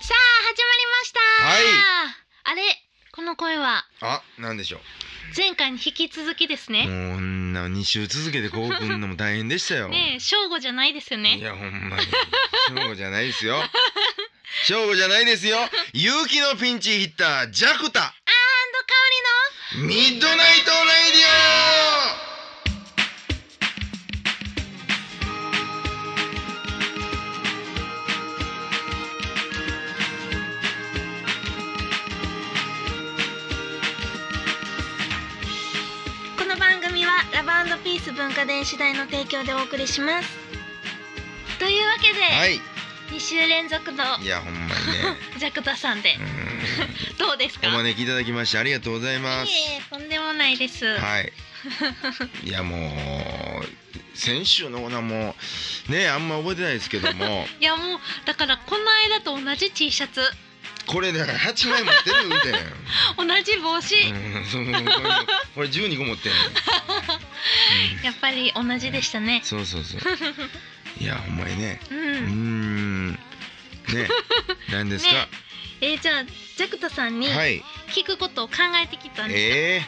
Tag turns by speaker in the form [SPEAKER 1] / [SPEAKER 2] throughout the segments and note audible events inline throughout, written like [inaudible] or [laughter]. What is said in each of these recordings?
[SPEAKER 1] さあ始まりました、あれこの声は
[SPEAKER 2] あ、なんでしょ
[SPEAKER 1] 前回に引き続きです
[SPEAKER 2] う。
[SPEAKER 1] ね
[SPEAKER 2] もうこんな2週続けてこう来るのも大変でしたよ。
[SPEAKER 1] ねえ正午じゃないですよ
[SPEAKER 2] い
[SPEAKER 1] ね
[SPEAKER 2] やほんまに。正午じゃないですよ。正午じゃないですよ。勇気のピンチヒッタージャクタミッドナイトレイディ
[SPEAKER 1] この番組はラブピース文化電子台の提供でお送りしますというわけで、
[SPEAKER 2] オ。はい。
[SPEAKER 1] 2週連続の
[SPEAKER 2] いやほんまにね。
[SPEAKER 1] ジャクタさんで
[SPEAKER 2] う
[SPEAKER 1] どうですか
[SPEAKER 2] んお招きいただきましてありがとうございま
[SPEAKER 1] い
[SPEAKER 2] す。
[SPEAKER 1] えとんでもないです、
[SPEAKER 2] はい。いやもう先週のオナもねあんま覚えてないですけども。
[SPEAKER 1] い、やもうだからこの間と同じ T シャツ
[SPEAKER 2] これだから8枚持ってるみたいな。
[SPEAKER 1] 同じ帽子、
[SPEAKER 2] うんそうもうこれこれ12個持
[SPEAKER 1] [laughs]
[SPEAKER 2] ってんの、
[SPEAKER 1] やっぱり同じでしたね
[SPEAKER 2] そうそうそういやほんまにね
[SPEAKER 1] う
[SPEAKER 2] うんーんね何ですか、
[SPEAKER 1] えー、じゃあジャクタさんに
[SPEAKER 2] はい
[SPEAKER 1] 聞くことを考えてきたんです、
[SPEAKER 2] え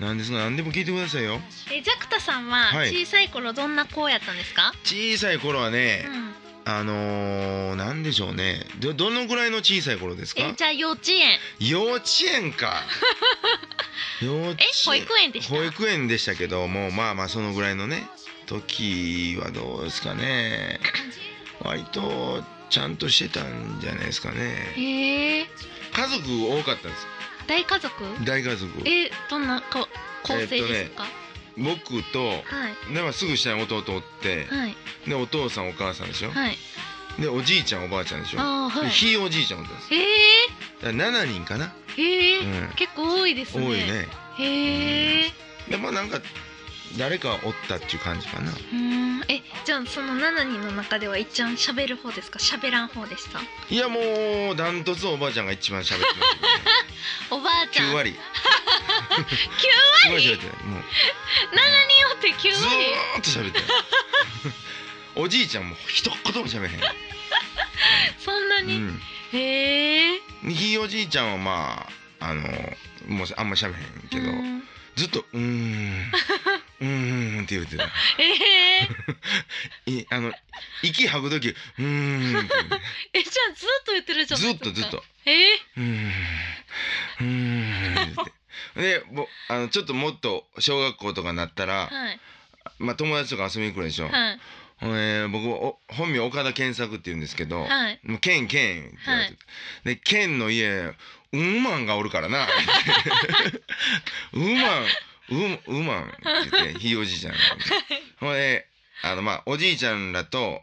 [SPEAKER 2] ー、何ですか何でも聞いてくださいよ
[SPEAKER 1] えージャクタさんは
[SPEAKER 2] はい
[SPEAKER 1] 小さい頃どんな子やったんですか、
[SPEAKER 2] 小さい頃は
[SPEAKER 1] う
[SPEAKER 2] ね、
[SPEAKER 1] ん、
[SPEAKER 2] あのー、何でしょうねどどのぐらいの小さい頃です
[SPEAKER 1] え
[SPEAKER 2] か
[SPEAKER 1] じゃあ幼稚園
[SPEAKER 2] 幼稚
[SPEAKER 1] [laughs]
[SPEAKER 2] 園か幼稚
[SPEAKER 1] え保育園でした
[SPEAKER 2] 保育園でしたけどもまあまあそのぐらいのね時はどうですかね割とちゃんとしてたんじゃないですかね
[SPEAKER 1] えー、
[SPEAKER 2] 家族多かったんです
[SPEAKER 1] 大家族
[SPEAKER 2] 大家族
[SPEAKER 1] えー、どんなこ構成ですか、
[SPEAKER 2] 僕と
[SPEAKER 1] はい
[SPEAKER 2] でまあすぐ下に弟おって
[SPEAKER 1] はい
[SPEAKER 2] でお父さんお母さんでしょ
[SPEAKER 1] はい
[SPEAKER 2] でおじいちゃんおばあちゃんでしょ
[SPEAKER 1] ああーは
[SPEAKER 2] で
[SPEAKER 1] い
[SPEAKER 2] ひいおじいちゃんおったんです
[SPEAKER 1] えー、
[SPEAKER 2] だから7人かな
[SPEAKER 1] えー
[SPEAKER 2] うん
[SPEAKER 1] 結構多いです
[SPEAKER 2] 多
[SPEAKER 1] ね
[SPEAKER 2] いね
[SPEAKER 1] へえ
[SPEAKER 2] でまあなんか誰かおったっていう感じかな
[SPEAKER 1] うーんえじゃあその7人の中では一番喋る方ですか喋らん方でした
[SPEAKER 2] いやもうダントツおばあちゃんが一番喋ってまし
[SPEAKER 1] おばあち
[SPEAKER 2] た
[SPEAKER 1] ゃん
[SPEAKER 2] 9割
[SPEAKER 1] 9割7人
[SPEAKER 2] 9割喋ってたもう
[SPEAKER 1] おって9
[SPEAKER 2] ず
[SPEAKER 1] 割
[SPEAKER 2] ーっと喋ってたおじいちゃんも一言も喋へ
[SPEAKER 1] そんなに、
[SPEAKER 2] ん、
[SPEAKER 1] へえ
[SPEAKER 2] うん、ひいおじいちゃんはまああのもうあんま喋へんけど、
[SPEAKER 1] うん
[SPEAKER 2] ずっと「うーんうーん」って言ってた
[SPEAKER 1] えー、
[SPEAKER 2] いあの息吐く時「うーん」って言うね
[SPEAKER 1] えじゃあずっと言ってるじゃん
[SPEAKER 2] ずっとずっと
[SPEAKER 1] え
[SPEAKER 2] うーんうーんって言ってでぼあのちょっともっと小学校とかになったら、
[SPEAKER 1] はい
[SPEAKER 2] まあ、友達とか遊びに来るでしょ、
[SPEAKER 1] はい
[SPEAKER 2] ほんで僕お本名岡田健作って言うんですけど、
[SPEAKER 1] はい
[SPEAKER 2] もうケンケンって言われて、でケンの家ウーマンがおるから
[SPEAKER 1] [laughs]
[SPEAKER 2] なウーマンウーウーマンって言ってひいおじいちゃんがおるほんであのまあおじいちゃんらと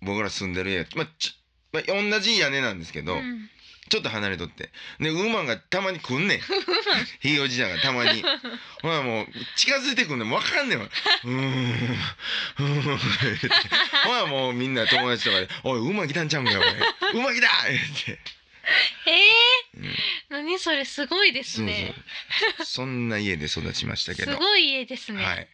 [SPEAKER 2] 僕ら住んでる家、まあちまあ、同じ屋根なんですけど、
[SPEAKER 1] うん
[SPEAKER 2] ちょっと離れとってでウーマンがたまに来んね
[SPEAKER 1] [laughs]
[SPEAKER 2] んひいおじいちゃんがたまにほらもう近づいてくんでもう分かんねんわうーんうーん言うてほらもうみんな友達とかで「おいウーマン来たんちゃうんかよお前ウーマン来た!」言って
[SPEAKER 1] え
[SPEAKER 2] うん
[SPEAKER 1] ー、何それすごいです
[SPEAKER 2] そう
[SPEAKER 1] ね
[SPEAKER 2] そうそんな家で育ちましたけど
[SPEAKER 1] すごい家ですね、
[SPEAKER 2] はい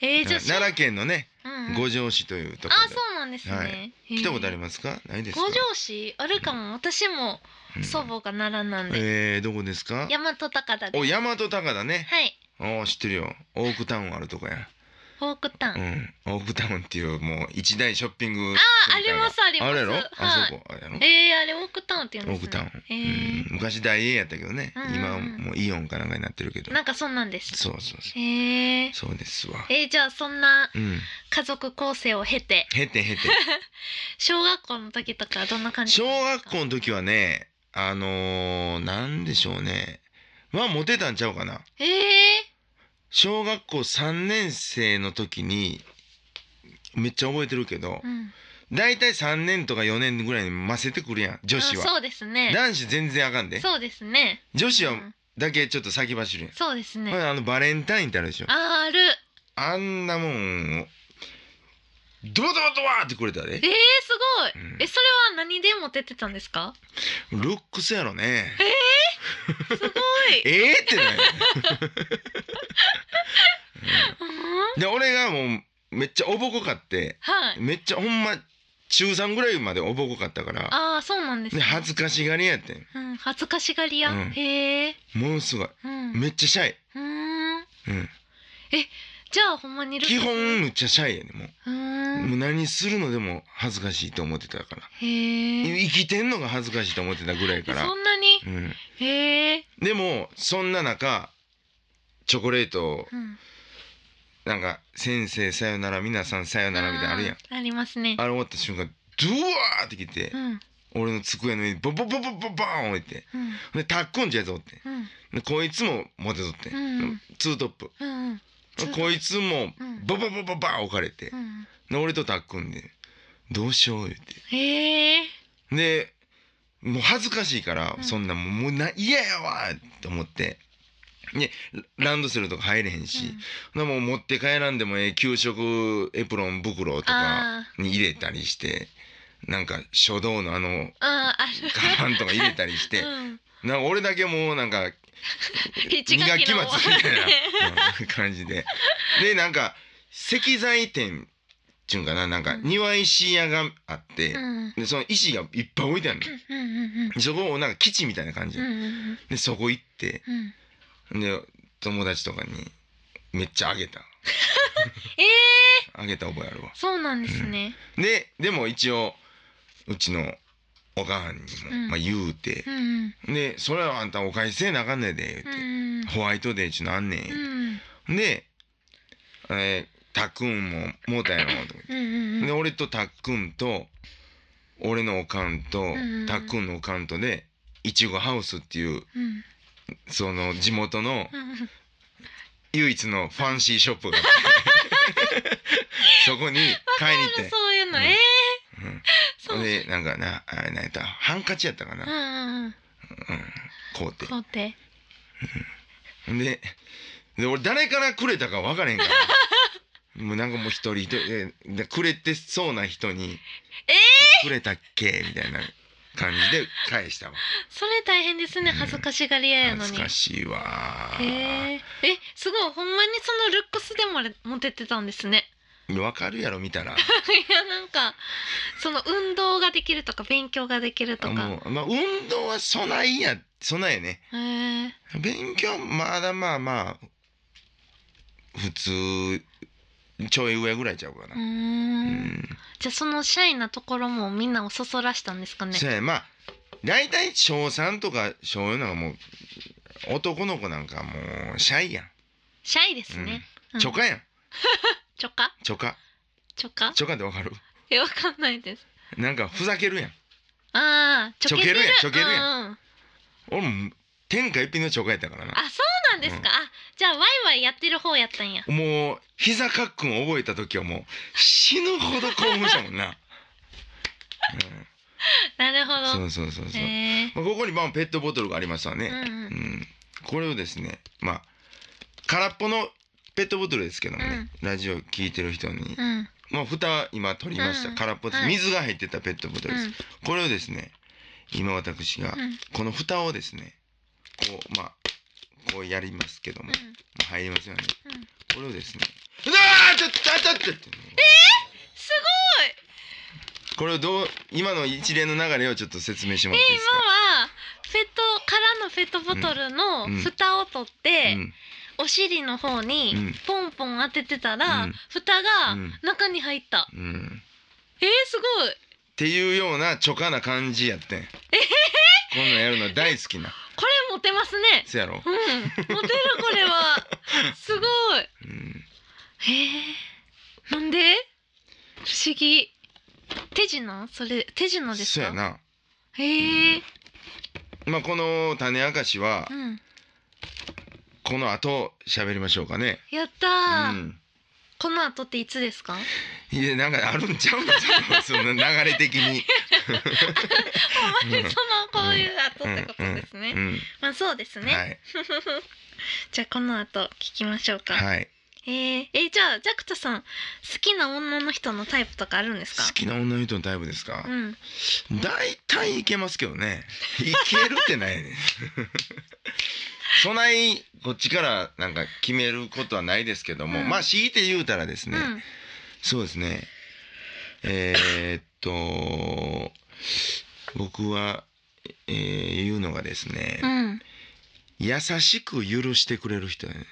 [SPEAKER 1] えー、じゃあ
[SPEAKER 2] 奈良県のね
[SPEAKER 1] うんうん
[SPEAKER 2] 五条市というとこ
[SPEAKER 1] あ
[SPEAKER 2] ろで
[SPEAKER 1] そうなんですね、
[SPEAKER 2] はい
[SPEAKER 1] へー
[SPEAKER 2] 来たことありますかないですか
[SPEAKER 1] 五条市あるかも私も
[SPEAKER 2] うん
[SPEAKER 1] 祖母が奈良なんで、
[SPEAKER 2] えーどこですか
[SPEAKER 1] 大和高田で
[SPEAKER 2] お
[SPEAKER 1] す
[SPEAKER 2] 大和高田ね
[SPEAKER 1] はい
[SPEAKER 2] おー知ってるよオークタウンあるとこや
[SPEAKER 1] フォークタウン、
[SPEAKER 2] うん、オープタウンっていうもう一大ショッピング
[SPEAKER 1] あありますあります
[SPEAKER 2] あれやろ、
[SPEAKER 1] はい
[SPEAKER 2] あそこあれやろ、
[SPEAKER 1] えー、あれオークタウンって言うん
[SPEAKER 2] オ
[SPEAKER 1] です
[SPEAKER 2] ープ
[SPEAKER 1] ね
[SPEAKER 2] タウン、
[SPEAKER 1] え
[SPEAKER 2] うん、昔大英やったけどね、
[SPEAKER 1] うんうんうん
[SPEAKER 2] 今はもうイオンかなんかになってるけど
[SPEAKER 1] ー、なんかそんなんです
[SPEAKER 2] そうそうそ
[SPEAKER 1] へえー
[SPEAKER 2] う、そうですわ
[SPEAKER 1] えー、じゃあそんな
[SPEAKER 2] うん
[SPEAKER 1] 家族構成を経て
[SPEAKER 2] へ
[SPEAKER 1] [laughs]
[SPEAKER 2] てへて
[SPEAKER 1] 小学校の時とかはどんな感じ
[SPEAKER 2] 小学校の時はねあのー、なんでしょうねまあモテたんちゃうかな
[SPEAKER 1] えー、
[SPEAKER 2] 小学校3年生の時にめっちゃ覚えてるけど
[SPEAKER 1] うん、
[SPEAKER 2] 大体3年とか4年ぐらいにませてくるやん女子
[SPEAKER 1] あ
[SPEAKER 2] は
[SPEAKER 1] そうですね
[SPEAKER 2] 男子全然あかんで
[SPEAKER 1] そうですね
[SPEAKER 2] 女子
[SPEAKER 1] う
[SPEAKER 2] は
[SPEAKER 1] ん
[SPEAKER 2] だけちょっと先走るやん、
[SPEAKER 1] そうですね、
[SPEAKER 2] ほらあのバレンタインってあるでしょあ
[SPEAKER 1] あある
[SPEAKER 2] んなもんをドバドバドバーってくれたで
[SPEAKER 1] えー、すごい、
[SPEAKER 2] うん
[SPEAKER 1] えそれは何でモテてたんですか
[SPEAKER 2] ルックスやろね
[SPEAKER 1] すごい
[SPEAKER 2] ええってなんや
[SPEAKER 1] うん
[SPEAKER 2] で俺がもうめっちゃおぼこかって
[SPEAKER 1] はい
[SPEAKER 2] めっちゃほんま中3ぐらいまでおぼこかったから
[SPEAKER 1] ああそうなんです
[SPEAKER 2] で
[SPEAKER 1] ね
[SPEAKER 2] 恥ずかしがりやってん
[SPEAKER 1] うん、恥ずかしがり屋、
[SPEAKER 2] うん
[SPEAKER 1] へえ
[SPEAKER 2] ものすごい
[SPEAKER 1] うん
[SPEAKER 2] めっちゃシャイ、
[SPEAKER 1] うーん
[SPEAKER 2] うん、
[SPEAKER 1] じゃあほんまにル
[SPEAKER 2] 基本
[SPEAKER 1] う
[SPEAKER 2] むっちゃシャイやねも
[SPEAKER 1] ー
[SPEAKER 2] う,、
[SPEAKER 1] ん
[SPEAKER 2] もう何するのでも恥ずかしいと思ってたから
[SPEAKER 1] へえ
[SPEAKER 2] 生きてんのが恥ずかしいと思ってたぐらいから、
[SPEAKER 1] そんなに
[SPEAKER 2] うん、
[SPEAKER 1] へえ
[SPEAKER 2] でもそんな中チョコレートを
[SPEAKER 1] うん
[SPEAKER 2] なんか「先生さよなら皆さんさよなら」みたいなのあるやん
[SPEAKER 1] あーありますね
[SPEAKER 2] あれ終わった瞬間ドゥワーって来て
[SPEAKER 1] うん
[SPEAKER 2] 俺の机の上にボボボボボボーン置いて
[SPEAKER 1] うん
[SPEAKER 2] でタッコンじゃやつおって
[SPEAKER 1] うん
[SPEAKER 2] でこいつもモテとって
[SPEAKER 1] うん
[SPEAKER 2] ツートップ
[SPEAKER 1] うんうんツートップ
[SPEAKER 2] こいつも
[SPEAKER 1] うん
[SPEAKER 2] ボボボボボーン置かれて
[SPEAKER 1] うん
[SPEAKER 2] で俺とタッコンで「どうしよう」言って
[SPEAKER 1] へえ
[SPEAKER 2] でもう恥ずかしいから、
[SPEAKER 1] うん
[SPEAKER 2] そんなもうもうな嫌やわと思って。ね、ラランドセルとか入れへんし、でもう持って帰らんでもええ給食エプロン袋とか
[SPEAKER 1] あ
[SPEAKER 2] に入れたりしてなんか書道のあの
[SPEAKER 1] あある
[SPEAKER 2] カバンとか入れたりして、
[SPEAKER 1] [laughs] うん、
[SPEAKER 2] なんか俺だけもうなんか
[SPEAKER 1] 1
[SPEAKER 2] 2学
[SPEAKER 1] 学
[SPEAKER 2] 期
[SPEAKER 1] 期
[SPEAKER 2] 末
[SPEAKER 1] の
[SPEAKER 2] み
[SPEAKER 1] 終わ
[SPEAKER 2] たい
[SPEAKER 1] り
[SPEAKER 2] なうん感じででなんか石材店っちゅうんかななんか
[SPEAKER 1] うん
[SPEAKER 2] 庭石屋があって、
[SPEAKER 1] [laughs] うん
[SPEAKER 2] でその石がいっぱい置いてあるの。
[SPEAKER 1] うんうん
[SPEAKER 2] そこをなんか基地みたいな感じ
[SPEAKER 1] うんう
[SPEAKER 2] で,、
[SPEAKER 1] んうん
[SPEAKER 2] でそこ行って
[SPEAKER 1] うん
[SPEAKER 2] で友達とかにめっちゃあげた
[SPEAKER 1] ええ
[SPEAKER 2] あげた覚えあるわ
[SPEAKER 1] そうなんですね
[SPEAKER 2] ででも一応うちのおかはんにも、
[SPEAKER 1] うん
[SPEAKER 2] まあ、言うて
[SPEAKER 1] う、ん
[SPEAKER 2] でそれはあんたお返しせなあかんねんで
[SPEAKER 1] う
[SPEAKER 2] 言うて、
[SPEAKER 1] ん
[SPEAKER 2] ホワイトデーちゅうのあんねん
[SPEAKER 1] う
[SPEAKER 2] 言うて、
[SPEAKER 1] ん
[SPEAKER 2] で、えーたっくんももうたやろとか言って
[SPEAKER 1] うんうんうん
[SPEAKER 2] で俺とたっくんと俺のおかんと
[SPEAKER 1] ん
[SPEAKER 2] たっくんのおかんとでいちごハウスっていう
[SPEAKER 1] うん
[SPEAKER 2] その地元の
[SPEAKER 1] うん
[SPEAKER 2] 唯一のファンシーショップがあって
[SPEAKER 1] [laughs]
[SPEAKER 2] そこに買いに行って
[SPEAKER 1] そういうの
[SPEAKER 2] うん
[SPEAKER 1] ええ
[SPEAKER 2] うん
[SPEAKER 1] そう
[SPEAKER 2] でなんかなあれ何やったハンカチやったかな、
[SPEAKER 1] うんうんうん
[SPEAKER 2] こうて
[SPEAKER 1] こうて
[SPEAKER 2] でで俺誰からくれたか分からへんから [laughs] もうなんかもう一人一人ででくれてそうな人に
[SPEAKER 1] え
[SPEAKER 2] 「くれたっけ?」みたいな感じで返したわ
[SPEAKER 1] それ大変ですね恥ずかしがり屋やの
[SPEAKER 2] 恥ず
[SPEAKER 1] に
[SPEAKER 2] かしいわ
[SPEAKER 1] へええすごいほんまにそのルックスでもモテてたんですね
[SPEAKER 2] 分かるやろ見
[SPEAKER 1] [laughs]
[SPEAKER 2] たら
[SPEAKER 1] いやなんかその運動ができるとか勉強ができるとか
[SPEAKER 2] もう、まあ、運動はそないやそないやね
[SPEAKER 1] へえ
[SPEAKER 2] 勉強まだまあまあ普通ちょい上ぐらいちゃうか
[SPEAKER 1] う
[SPEAKER 2] な、う
[SPEAKER 1] ーん
[SPEAKER 2] ん
[SPEAKER 1] じゃあそのシャイなところもみんなをそそらしたんですかね
[SPEAKER 2] そうやまあ大体小3とか小4なんかもう男の子なんかもうシャイやん、
[SPEAKER 1] シャイですね、
[SPEAKER 2] うん、チョ
[SPEAKER 1] カ
[SPEAKER 2] カやん
[SPEAKER 1] チョカ
[SPEAKER 2] チョカ
[SPEAKER 1] チョカ
[SPEAKER 2] チョカってわかる
[SPEAKER 1] えわかんないです
[SPEAKER 2] なんかふざけるやん
[SPEAKER 1] ああチョケてる
[SPEAKER 2] チョケるやんチョケ
[SPEAKER 1] うん
[SPEAKER 2] るや
[SPEAKER 1] うん
[SPEAKER 2] 俺も天下一品のチョカやったからな
[SPEAKER 1] あそうなんですか、
[SPEAKER 2] うん
[SPEAKER 1] あじゃあワイワイやってる方やったんや
[SPEAKER 2] もう膝かっくん覚えた時はもう死ぬほど興奮したも
[SPEAKER 1] [laughs]
[SPEAKER 2] んな、
[SPEAKER 1] なるほ
[SPEAKER 2] うん、
[SPEAKER 1] ど
[SPEAKER 2] そうそうそうそう、
[SPEAKER 1] へえ
[SPEAKER 2] まあ、ここにまあペットボトルがありますわね、
[SPEAKER 1] うんうん
[SPEAKER 2] うん、これをですねまあ空っぽのペットボトルですけどもね、ラジオ聞いてる人に、
[SPEAKER 1] うん
[SPEAKER 2] まあ蓋今取りました、
[SPEAKER 1] うん
[SPEAKER 2] 空っぽです、
[SPEAKER 1] はい
[SPEAKER 2] 水が入ってたペットボトルです、これをですね今私が
[SPEAKER 1] うんうん
[SPEAKER 2] この蓋をですねこうまあこうやりますけども、ま
[SPEAKER 1] うん
[SPEAKER 2] あ入りますよね
[SPEAKER 1] うん
[SPEAKER 2] これをですねうわーちょっとちょっとちょっと
[SPEAKER 1] すごい
[SPEAKER 2] これをどう今の一連の流れをちょっと説明してもらっていいです
[SPEAKER 1] 今はペット空のペットボトルの
[SPEAKER 2] うん
[SPEAKER 1] 蓋を取って、
[SPEAKER 2] か
[SPEAKER 1] お尻の方
[SPEAKER 2] う
[SPEAKER 1] に
[SPEAKER 2] ん
[SPEAKER 1] ポンポン当ててたら、
[SPEAKER 2] うん
[SPEAKER 1] 蓋が
[SPEAKER 2] うん
[SPEAKER 1] 中に入った、
[SPEAKER 2] うん、うん
[SPEAKER 1] えー、すごい
[SPEAKER 2] っていうようなちょかな感じやってん。こんなんやるの大好きな。
[SPEAKER 1] これモテますね
[SPEAKER 2] せやろ。 [laughs]
[SPEAKER 1] うんモテるこれはすごい
[SPEAKER 2] うん。
[SPEAKER 1] へえなんで不思議手品それ手品ですか
[SPEAKER 2] そうやな。
[SPEAKER 1] へえ
[SPEAKER 2] まあこの種明かしは
[SPEAKER 1] うん
[SPEAKER 2] この後喋りましょうかね。
[SPEAKER 1] やった
[SPEAKER 2] う
[SPEAKER 1] ー、
[SPEAKER 2] ん。
[SPEAKER 1] この後っていつですか
[SPEAKER 2] いやなんかあるんちゃうんかその流れ的に。
[SPEAKER 1] [laughs] そのこういう後ってことですね、
[SPEAKER 2] うんうん
[SPEAKER 1] まあそうですね、
[SPEAKER 2] はい
[SPEAKER 1] じゃあこの後聞きましょうか、
[SPEAKER 2] はい。
[SPEAKER 1] えー、えじゃあジャクタさん好きな女の人のタイプとかあるんですか
[SPEAKER 2] 好きな女の人のタイプですか
[SPEAKER 1] う。ん
[SPEAKER 2] 大体いけますけどね。いけるってないねん。 [laughs] そないこっちからなんか決めることはないですけども、
[SPEAKER 1] うん
[SPEAKER 2] まあ強いて言うたらです
[SPEAKER 1] うん
[SPEAKER 2] ね。そうですね。えーっと僕は、えー言うのがですね、
[SPEAKER 1] うん
[SPEAKER 2] 優しく許してくれる人やね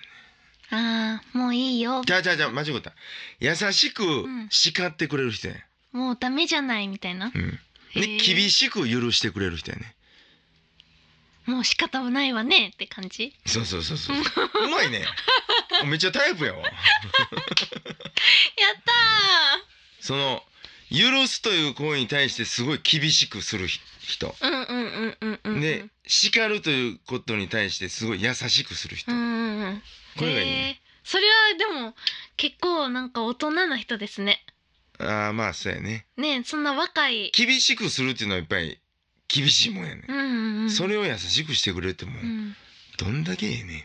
[SPEAKER 1] ああもういいよ
[SPEAKER 2] じゃあじゃあじゃあ間違った優しく
[SPEAKER 1] ん
[SPEAKER 2] 叱ってくれる人やね、
[SPEAKER 1] もうダメじゃないみたいな
[SPEAKER 2] うんで
[SPEAKER 1] へえ
[SPEAKER 2] 厳しく許してくれる人やね
[SPEAKER 1] もう仕方はないわねって感じ
[SPEAKER 2] そうそうそう
[SPEAKER 1] [laughs]
[SPEAKER 2] そううまいねめっちゃタイプやわ
[SPEAKER 1] やった
[SPEAKER 2] その許すという行為に対してすごい厳しくする人、
[SPEAKER 1] ーうんうんうんうんうんうん
[SPEAKER 2] で叱るということに対してすごい優しくする人、
[SPEAKER 1] うんうんうん
[SPEAKER 2] これがいいね、
[SPEAKER 1] えーそれはでも結構なんか大人な人ですね
[SPEAKER 2] ああまあそうやね
[SPEAKER 1] ねえそんな若い
[SPEAKER 2] 厳しくするっていうのはやっぱり厳しいもんやね、
[SPEAKER 1] うんうんうん
[SPEAKER 2] それを優しくしてくれるってもう、
[SPEAKER 1] うん
[SPEAKER 2] どんだけええねん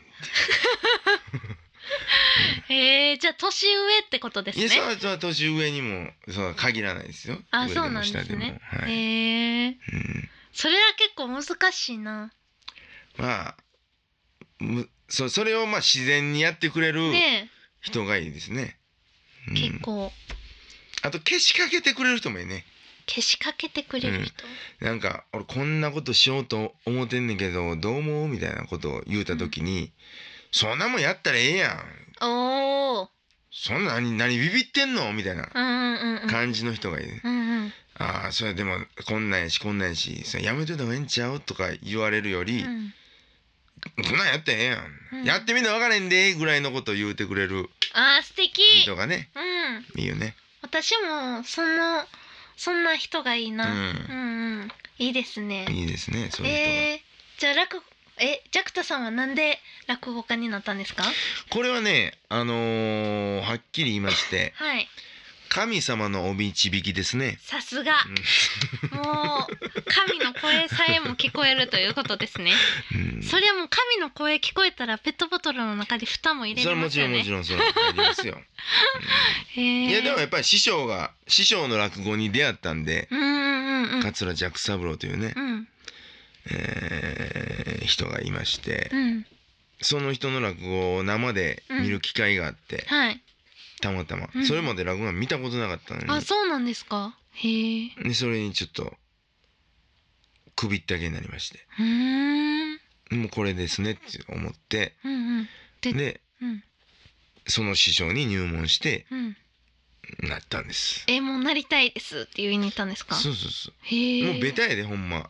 [SPEAKER 1] えー、じゃあ年上ってことです
[SPEAKER 2] い
[SPEAKER 1] ね
[SPEAKER 2] やそうそう年上にもそう限らないですよ
[SPEAKER 1] あ
[SPEAKER 2] 上
[SPEAKER 1] そうなんですね
[SPEAKER 2] 下もは
[SPEAKER 1] へ
[SPEAKER 2] い、
[SPEAKER 1] えー、
[SPEAKER 2] うん、
[SPEAKER 1] それは結構難しいな
[SPEAKER 2] まあむそそれをまあ自然にやってくれる
[SPEAKER 1] ね
[SPEAKER 2] 人がいいですね、う
[SPEAKER 1] え
[SPEAKER 2] ん
[SPEAKER 1] 結構
[SPEAKER 2] あとけしかけてくれる人もいいね
[SPEAKER 1] 消しかけてくれる人、
[SPEAKER 2] なんか俺こんなことしようと思ってんねんけどどう思うみたいなことを言うた時に、そんなもんやったらええやん
[SPEAKER 1] おお
[SPEAKER 2] そんな何何ビビってんのみたいな
[SPEAKER 1] うんうんうん
[SPEAKER 2] 感じの人がいいね、
[SPEAKER 1] うんうん
[SPEAKER 2] ああそれでもこんなんやしこんなんやしそれやめといた方がええんちゃうとか言われるより、
[SPEAKER 1] うん
[SPEAKER 2] こんなんやってええやん、
[SPEAKER 1] うん
[SPEAKER 2] やってみな分からへんでぐらいのことを言うてくれる
[SPEAKER 1] あー素敵
[SPEAKER 2] 人がね
[SPEAKER 1] うん
[SPEAKER 2] いいよね
[SPEAKER 1] 私もそのそんな人がいいな、う
[SPEAKER 2] う
[SPEAKER 1] ん、うんいいですね
[SPEAKER 2] んいいですねそういう人が、
[SPEAKER 1] えー、じゃあ落語えジャクタさんはなんで落語家になったんですか
[SPEAKER 2] これはねあのーはっきり言いまして
[SPEAKER 1] はい
[SPEAKER 2] 神様のお導きですね
[SPEAKER 1] さすがもう神の声さえも聞こえるということですね
[SPEAKER 2] うん
[SPEAKER 1] それはもう神の声聞こえたらペットボトルの中で蓋も入れ
[SPEAKER 2] そ
[SPEAKER 1] れ
[SPEAKER 2] れは
[SPEAKER 1] ま
[SPEAKER 2] も
[SPEAKER 1] す
[SPEAKER 2] ちろ
[SPEAKER 1] よ
[SPEAKER 2] んもち
[SPEAKER 1] ね
[SPEAKER 2] ろんそれはありますよ、
[SPEAKER 1] へ [laughs] え
[SPEAKER 2] いやでもやっぱり師匠が師匠の落語に出会ったんで、
[SPEAKER 1] うんうんうん
[SPEAKER 2] 桂寂三郎というね、
[SPEAKER 1] うん
[SPEAKER 2] えー人がいまして、
[SPEAKER 1] うん
[SPEAKER 2] その人の落語を生で見る機会があって、
[SPEAKER 1] はい
[SPEAKER 2] たまたま、
[SPEAKER 1] うん
[SPEAKER 2] それまで落語は見たことなかったの
[SPEAKER 1] あ
[SPEAKER 2] に
[SPEAKER 1] そうなんですかへえ
[SPEAKER 2] でそれにちょっと首ったけになりまし
[SPEAKER 1] うーん
[SPEAKER 2] てもうこれですねって思って
[SPEAKER 1] うんうんで
[SPEAKER 2] で
[SPEAKER 1] うん
[SPEAKER 2] その師匠に入門して
[SPEAKER 1] うん
[SPEAKER 2] なったんです
[SPEAKER 1] えもうなりたいですって言いに行ったんですか
[SPEAKER 2] そうそうそ
[SPEAKER 1] へ
[SPEAKER 2] う
[SPEAKER 1] え
[SPEAKER 2] もうベタやでほんま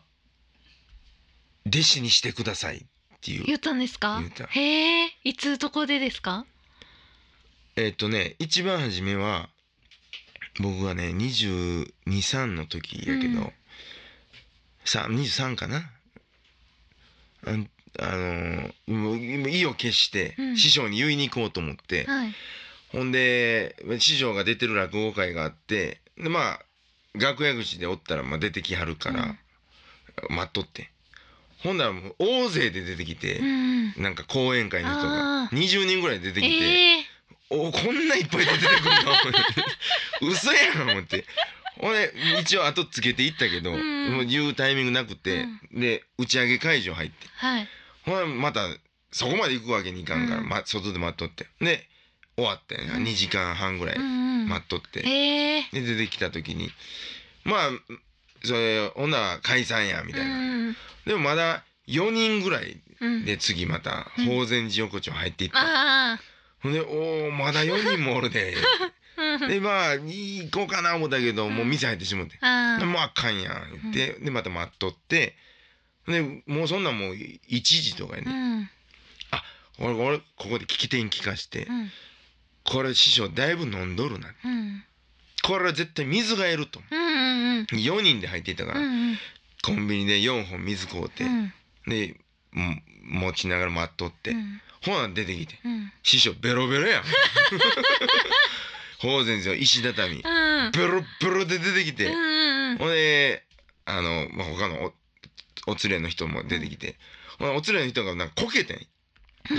[SPEAKER 2] 弟子にしてくださいっていう
[SPEAKER 1] 言ったんですか
[SPEAKER 2] 言った
[SPEAKER 1] へえいつどこでですか
[SPEAKER 2] えーっとね一番初めは僕がね223の時やけ
[SPEAKER 1] うん
[SPEAKER 2] ど、さ23かなあんあのーもうもう意を決して
[SPEAKER 1] うん
[SPEAKER 2] 師匠に言いに行こうと思って、
[SPEAKER 1] はい
[SPEAKER 2] ほんで師匠が出てる落語会があってでまあ楽屋口でおったらまあ出てきはるから、待っとってほんならもう大勢で出てき
[SPEAKER 1] う
[SPEAKER 2] て、
[SPEAKER 1] ん
[SPEAKER 2] なんか講演会の人
[SPEAKER 1] あ
[SPEAKER 2] が
[SPEAKER 1] ー
[SPEAKER 2] 20人ぐらい出てきて。
[SPEAKER 1] ええ
[SPEAKER 2] おこんないっぱい出てくるの [laughs] 嘘やん思って俺一応後つけていったけど、
[SPEAKER 1] うん
[SPEAKER 2] もう言うタイミングなくて、で打ち上げ会場入って
[SPEAKER 1] はい
[SPEAKER 2] ほらまたそこまで行くわけにいかんから、
[SPEAKER 1] うん
[SPEAKER 2] ま、外で待っとってで終わって、
[SPEAKER 1] うん
[SPEAKER 2] 2時間半ぐらい
[SPEAKER 1] うんうん
[SPEAKER 2] 待っとって、
[SPEAKER 1] へえ
[SPEAKER 2] で出てきた時にまあそれほんなら解散やみたいな、
[SPEAKER 1] うん
[SPEAKER 2] でもまだ4人ぐらい
[SPEAKER 1] うん
[SPEAKER 2] で次また
[SPEAKER 1] うん
[SPEAKER 2] 法善寺横丁入っていった、
[SPEAKER 1] ああ
[SPEAKER 2] ほんで「おおまだ4人もお
[SPEAKER 1] [laughs]
[SPEAKER 2] るで」
[SPEAKER 1] うん
[SPEAKER 2] でまあ行こうかな思ったけどもう店入ってしもって「
[SPEAKER 1] あ
[SPEAKER 2] で
[SPEAKER 1] ー
[SPEAKER 2] もうあかんやん」言ってでまた待っとってでもうそんなんもう1時とかや
[SPEAKER 1] う
[SPEAKER 2] ね、
[SPEAKER 1] ん
[SPEAKER 2] 俺俺ここで聞き手に聞かして
[SPEAKER 1] う、ん
[SPEAKER 2] これ師匠だいぶ飲んどるな
[SPEAKER 1] うん
[SPEAKER 2] これは絶対水がえると
[SPEAKER 1] うんうん
[SPEAKER 2] 4人で入っていったか
[SPEAKER 1] う
[SPEAKER 2] ら、
[SPEAKER 1] ん
[SPEAKER 2] コンビニで4本水買うて、
[SPEAKER 1] うん
[SPEAKER 2] でも持ちながら待っとって、
[SPEAKER 1] うん
[SPEAKER 2] ほな出てきて
[SPEAKER 1] うん
[SPEAKER 2] 師匠ベロベロ
[SPEAKER 1] [laughs]
[SPEAKER 2] やん法善寺の石畳
[SPEAKER 1] うん
[SPEAKER 2] ベロベロで出てきて。
[SPEAKER 1] うん
[SPEAKER 2] ほんであの、まあ、他のおお連れの人も出てきて、ほなお連れの人がなんかこけてん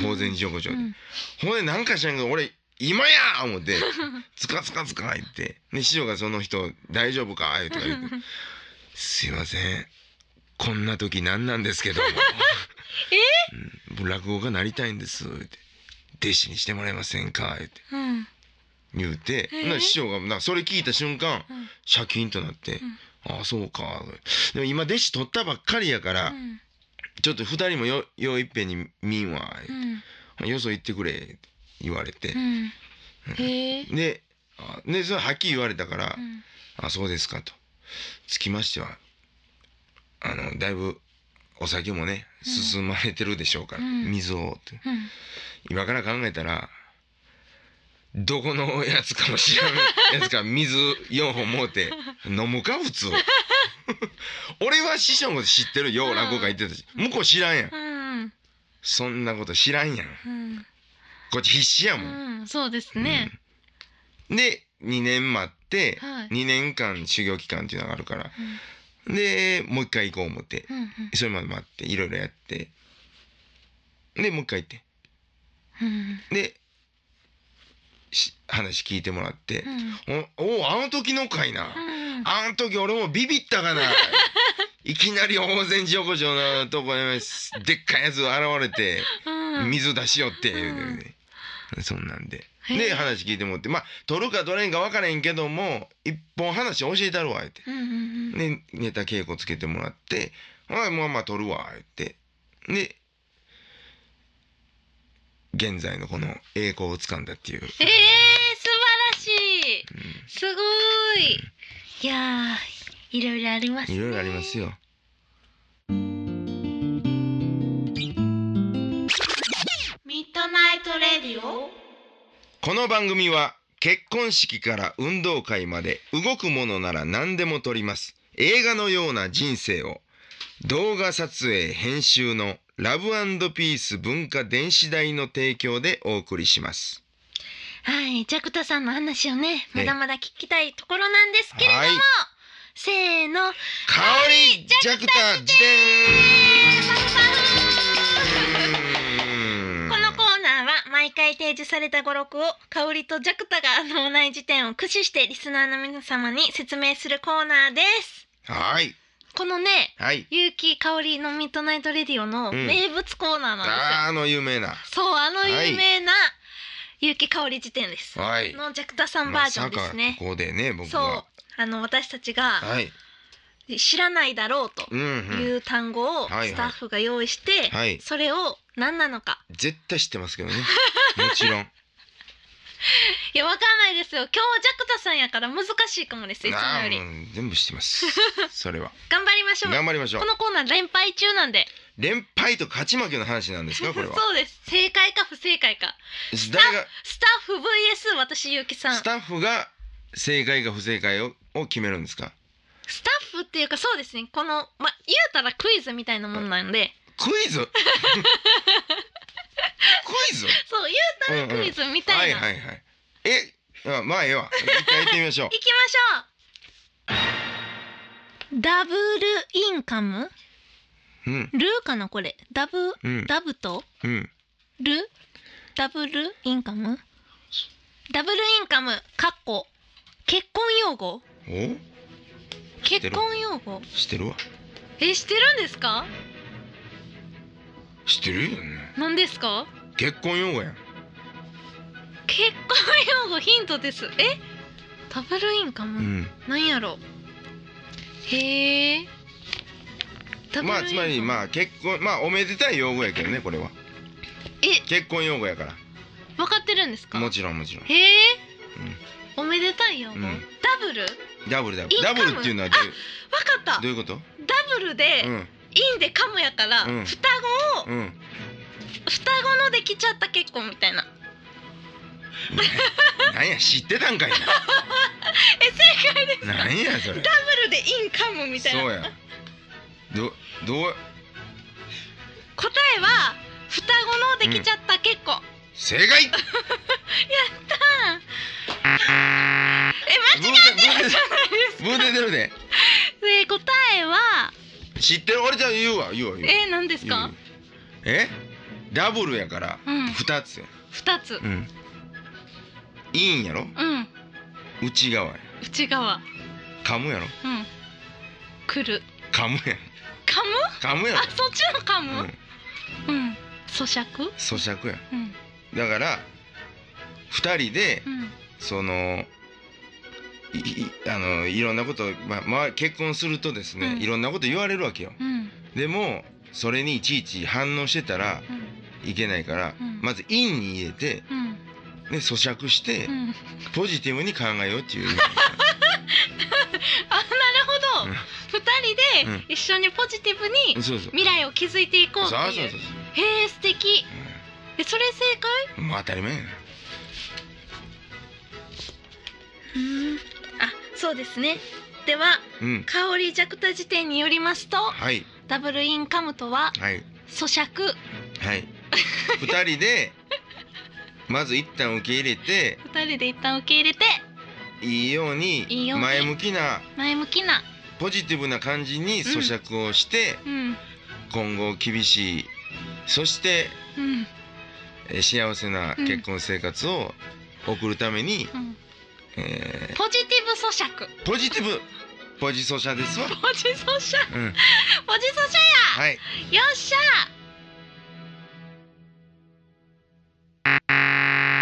[SPEAKER 2] 法然寺横丁で、
[SPEAKER 1] うん
[SPEAKER 2] ほんでなんか知らんけど俺今や思って「つかつかつか」言ってで師匠がその人「大丈夫か?」言うとか言って「すいませんこんな時なんなんで
[SPEAKER 1] [laughs]
[SPEAKER 2] すけどもうん僕落語家なりたいんです」言って「弟子にしてもらえませんか?」言って
[SPEAKER 1] うん
[SPEAKER 2] 言うて、
[SPEAKER 1] えー
[SPEAKER 2] ほんなら師匠がなんかそれ聞いた瞬間
[SPEAKER 1] うん
[SPEAKER 2] シャキンとなって
[SPEAKER 1] ん
[SPEAKER 2] 「ああそうか」でも今弟子取ったばっかりやから、
[SPEAKER 1] うん
[SPEAKER 2] ちょっと二人もよよういっぺんに見んわ、
[SPEAKER 1] うん
[SPEAKER 2] よそ行ってくれって言われて
[SPEAKER 1] う、んへえ
[SPEAKER 2] であでそれはっきり言われたから「
[SPEAKER 1] うん
[SPEAKER 2] あそうですか」とつきましてはあのだいぶお酒もね
[SPEAKER 1] うん
[SPEAKER 2] 進まれてるでしょうから、
[SPEAKER 1] うん
[SPEAKER 2] 水をって
[SPEAKER 1] うん
[SPEAKER 2] 今から考えたらどこのやつかも知らん [laughs] やつか水4本持って飲むか普通 [laughs] 俺は師匠も知ってるよ
[SPEAKER 1] うん
[SPEAKER 2] 落語家言ってたし向こう知らんやん
[SPEAKER 1] うん
[SPEAKER 2] そんなこと知らんやん
[SPEAKER 1] うん
[SPEAKER 2] こっち必死やもん、
[SPEAKER 1] うんそうですね
[SPEAKER 2] うんで2年待って、
[SPEAKER 1] はい
[SPEAKER 2] 2年間修行期間っていうのがあるからでもう一回行こう思って
[SPEAKER 1] うんうん
[SPEAKER 2] それまで待っていろいろやってでもう一回行って
[SPEAKER 1] うん
[SPEAKER 2] でし話聞いてもらって
[SPEAKER 1] うんうん
[SPEAKER 2] 「おおうあの時のかいな、
[SPEAKER 1] うん
[SPEAKER 2] あの時俺もビビっ
[SPEAKER 1] [laughs]
[SPEAKER 2] たかな」いきなり大前寺横丁のとこにでっかいやつ現れて
[SPEAKER 1] うん
[SPEAKER 2] 水出しよって、言うてねそんなんでで話聞いてもらってまあ取るか取れんか分からへんけども一本話教えたるわ言って
[SPEAKER 1] うんうんうん
[SPEAKER 2] でネタ稽古つけてもらって「はいまあまあ撮るわ」ってで現在のこの栄光をつかんだっていう、
[SPEAKER 1] えー、素晴らしいすごいいやーいろいろあります
[SPEAKER 2] うん、
[SPEAKER 1] ね
[SPEAKER 2] いろいろありますよ。
[SPEAKER 1] ミッドナイトレディオ
[SPEAKER 2] この番組は結婚式から運動会まで動くものなら何でも撮ります映画のような人生を動画撮影編集のラブピース文化電子代の提供でお送りします。
[SPEAKER 1] はいジャクタさんの話をね
[SPEAKER 2] え
[SPEAKER 1] まだまだ聞きたいところなんですけれども、
[SPEAKER 2] はい
[SPEAKER 1] せーのパ
[SPEAKER 2] 香りジャクタ
[SPEAKER 1] フ
[SPEAKER 2] 自
[SPEAKER 1] パフ
[SPEAKER 2] 伝
[SPEAKER 1] このコーナーは毎回提示された語録を香りとジャクタが脳内辞典を駆使してリスナーの皆様に説明するコーナーです
[SPEAKER 2] はい
[SPEAKER 1] このね
[SPEAKER 2] はい
[SPEAKER 1] 結城香りのミッドナイトレディオの
[SPEAKER 2] うん
[SPEAKER 1] 名物コーナーなんですよ、
[SPEAKER 2] あーあの有名な
[SPEAKER 1] そうあの
[SPEAKER 2] はい
[SPEAKER 1] 有名な結城香り辞典です、
[SPEAKER 2] はい
[SPEAKER 1] のジャクタさんバージョンです
[SPEAKER 2] まさ
[SPEAKER 1] ね
[SPEAKER 2] か、ここでね僕
[SPEAKER 1] そう
[SPEAKER 2] は
[SPEAKER 1] あの私たちが
[SPEAKER 2] はい
[SPEAKER 1] 知らないだろうと
[SPEAKER 2] うんう
[SPEAKER 1] い
[SPEAKER 2] ん
[SPEAKER 1] う単語を
[SPEAKER 2] はいはい
[SPEAKER 1] スタッフが用意して、
[SPEAKER 2] はい
[SPEAKER 1] それを何なのか
[SPEAKER 2] 絶対知ってま
[SPEAKER 1] [laughs]
[SPEAKER 2] すけどねもちろん
[SPEAKER 1] いやわかんないですよ今日はジャクタさんやから難しいかもですいつもより
[SPEAKER 2] あーもう全部知ってます
[SPEAKER 1] [laughs]
[SPEAKER 2] それは
[SPEAKER 1] 頑張りましょう
[SPEAKER 2] 頑張りましょう
[SPEAKER 1] このコーナー連敗中なんで
[SPEAKER 2] 連敗と勝ち負けの話なんですかこれは
[SPEAKER 1] そうです正解か不正解か
[SPEAKER 2] 誰が
[SPEAKER 1] スタッフ VS 私ゆうきさん
[SPEAKER 2] ス
[SPEAKER 1] スタ
[SPEAKER 2] タッフが正解か不正解をを決めるんですか
[SPEAKER 1] ッフっていうかそうですねこのまあ言うたらクイズみたいなもんなんで
[SPEAKER 2] クイ
[SPEAKER 1] [laughs]
[SPEAKER 2] ズクイズ
[SPEAKER 1] そう言うたらクイズみたいな、
[SPEAKER 2] はいはいはいえあまあええわ一回やってみましょう
[SPEAKER 1] 行きましょうダブルインカム
[SPEAKER 2] うん
[SPEAKER 1] [laughs] ルかなこれダブ
[SPEAKER 2] うん
[SPEAKER 1] ダブと
[SPEAKER 2] うん
[SPEAKER 1] ルダブルインカムダブルインカムかっこ結婚用語
[SPEAKER 2] お
[SPEAKER 1] 結婚用語
[SPEAKER 2] 知ってるわ
[SPEAKER 1] えしてるんですか
[SPEAKER 2] 知ってるよね
[SPEAKER 1] 何ですか
[SPEAKER 2] 結婚用語やん
[SPEAKER 1] 結婚用語ヒントですえダブルインカ
[SPEAKER 2] う
[SPEAKER 1] ム、
[SPEAKER 2] ん
[SPEAKER 1] なんやろへえ
[SPEAKER 2] まあつまりまあ結婚まあおめでたい用語やけどねこれは
[SPEAKER 1] え
[SPEAKER 2] 結婚用語やから
[SPEAKER 1] 分かってるんですか
[SPEAKER 2] もちろんもちろん
[SPEAKER 1] へえ、おめでたいよ、
[SPEAKER 2] うん
[SPEAKER 1] ダブルわか
[SPEAKER 2] ダブルダ
[SPEAKER 1] イ
[SPEAKER 2] ブル
[SPEAKER 1] ンカ
[SPEAKER 2] ダ
[SPEAKER 1] ム
[SPEAKER 2] ブルっていうのはどういう
[SPEAKER 1] った
[SPEAKER 2] ど
[SPEAKER 1] ダ
[SPEAKER 2] ういうこと
[SPEAKER 1] ブルで、
[SPEAKER 2] うん
[SPEAKER 1] インでカムやから、
[SPEAKER 2] うん
[SPEAKER 1] 双子を、
[SPEAKER 2] うん
[SPEAKER 1] 双子のできちゃった結婚みたいな
[SPEAKER 2] なんや知ってたんかいな
[SPEAKER 1] え正解です [laughs] ダ
[SPEAKER 2] なんやそれ
[SPEAKER 1] ブルでインカムみたいな
[SPEAKER 2] そうやどどう
[SPEAKER 1] 答えは双子のできちゃった結婚、
[SPEAKER 2] 正
[SPEAKER 1] [laughs]
[SPEAKER 2] 解
[SPEAKER 1] え
[SPEAKER 2] ブーでブーでブーで出るで
[SPEAKER 1] ま、えー答えは
[SPEAKER 2] 知ってる俺じゃあ言うわ言うわ言うわ
[SPEAKER 1] えー、何ですか
[SPEAKER 2] 言うえダブルやから
[SPEAKER 1] うん
[SPEAKER 2] 二つよ
[SPEAKER 1] 二つ
[SPEAKER 2] うんいいんやろ
[SPEAKER 1] うん
[SPEAKER 2] 内側や
[SPEAKER 1] 内側
[SPEAKER 2] 噛むやろ
[SPEAKER 1] うん来る
[SPEAKER 2] 噛むやん
[SPEAKER 1] カム
[SPEAKER 2] 噛むや
[SPEAKER 1] あそっちのカ
[SPEAKER 2] ろ、
[SPEAKER 1] ム
[SPEAKER 2] うん、
[SPEAKER 1] うん、咀嚼
[SPEAKER 2] 咀嚼や
[SPEAKER 1] うん
[SPEAKER 2] だから二人で
[SPEAKER 1] うん
[SPEAKER 2] そのいいあのいろんなこと、まあまあ、結婚するとですね、
[SPEAKER 1] うん
[SPEAKER 2] いろんなこと言われるわけよ
[SPEAKER 1] うん
[SPEAKER 2] でもそれにいちいち反応してたら
[SPEAKER 1] うん
[SPEAKER 2] いけないから、
[SPEAKER 1] うん
[SPEAKER 2] まず陰に入れて、
[SPEAKER 1] うん
[SPEAKER 2] ね、咀嚼して、
[SPEAKER 1] うん
[SPEAKER 2] ポジティブに考えようっていう
[SPEAKER 1] あなるほど、
[SPEAKER 2] うん
[SPEAKER 1] 二人
[SPEAKER 2] うん
[SPEAKER 1] で一緒にポジティブに
[SPEAKER 2] そうそう
[SPEAKER 1] 未来を築いていこう
[SPEAKER 2] そう
[SPEAKER 1] って
[SPEAKER 2] そう
[SPEAKER 1] い
[SPEAKER 2] そううそう
[SPEAKER 1] へえ素敵えそれ正解
[SPEAKER 2] うんもう当たり前やな
[SPEAKER 1] うんあそうですねでは
[SPEAKER 2] うん
[SPEAKER 1] 香りジャクタ辞典によりますと
[SPEAKER 2] はい
[SPEAKER 1] ダブルインカムとは
[SPEAKER 2] はい
[SPEAKER 1] 咀嚼
[SPEAKER 2] はい二人でまず一旦受け入れて
[SPEAKER 1] 二人で一旦受け入れて
[SPEAKER 2] いいように
[SPEAKER 1] いいように
[SPEAKER 2] 前向きな
[SPEAKER 1] 前向きな
[SPEAKER 2] ポジティブな感じに咀嚼をして、
[SPEAKER 1] うん
[SPEAKER 2] 今後厳しいそして
[SPEAKER 1] うん
[SPEAKER 2] えー幸せな結婚生活を送るために、
[SPEAKER 1] うん
[SPEAKER 2] え
[SPEAKER 1] ポジティブ咀嚼
[SPEAKER 2] ーポジティブポジソシャですわ、
[SPEAKER 1] ポジ咀嚼
[SPEAKER 2] うん、
[SPEAKER 1] ポジ咀
[SPEAKER 2] はい
[SPEAKER 1] 嚼よっしゃ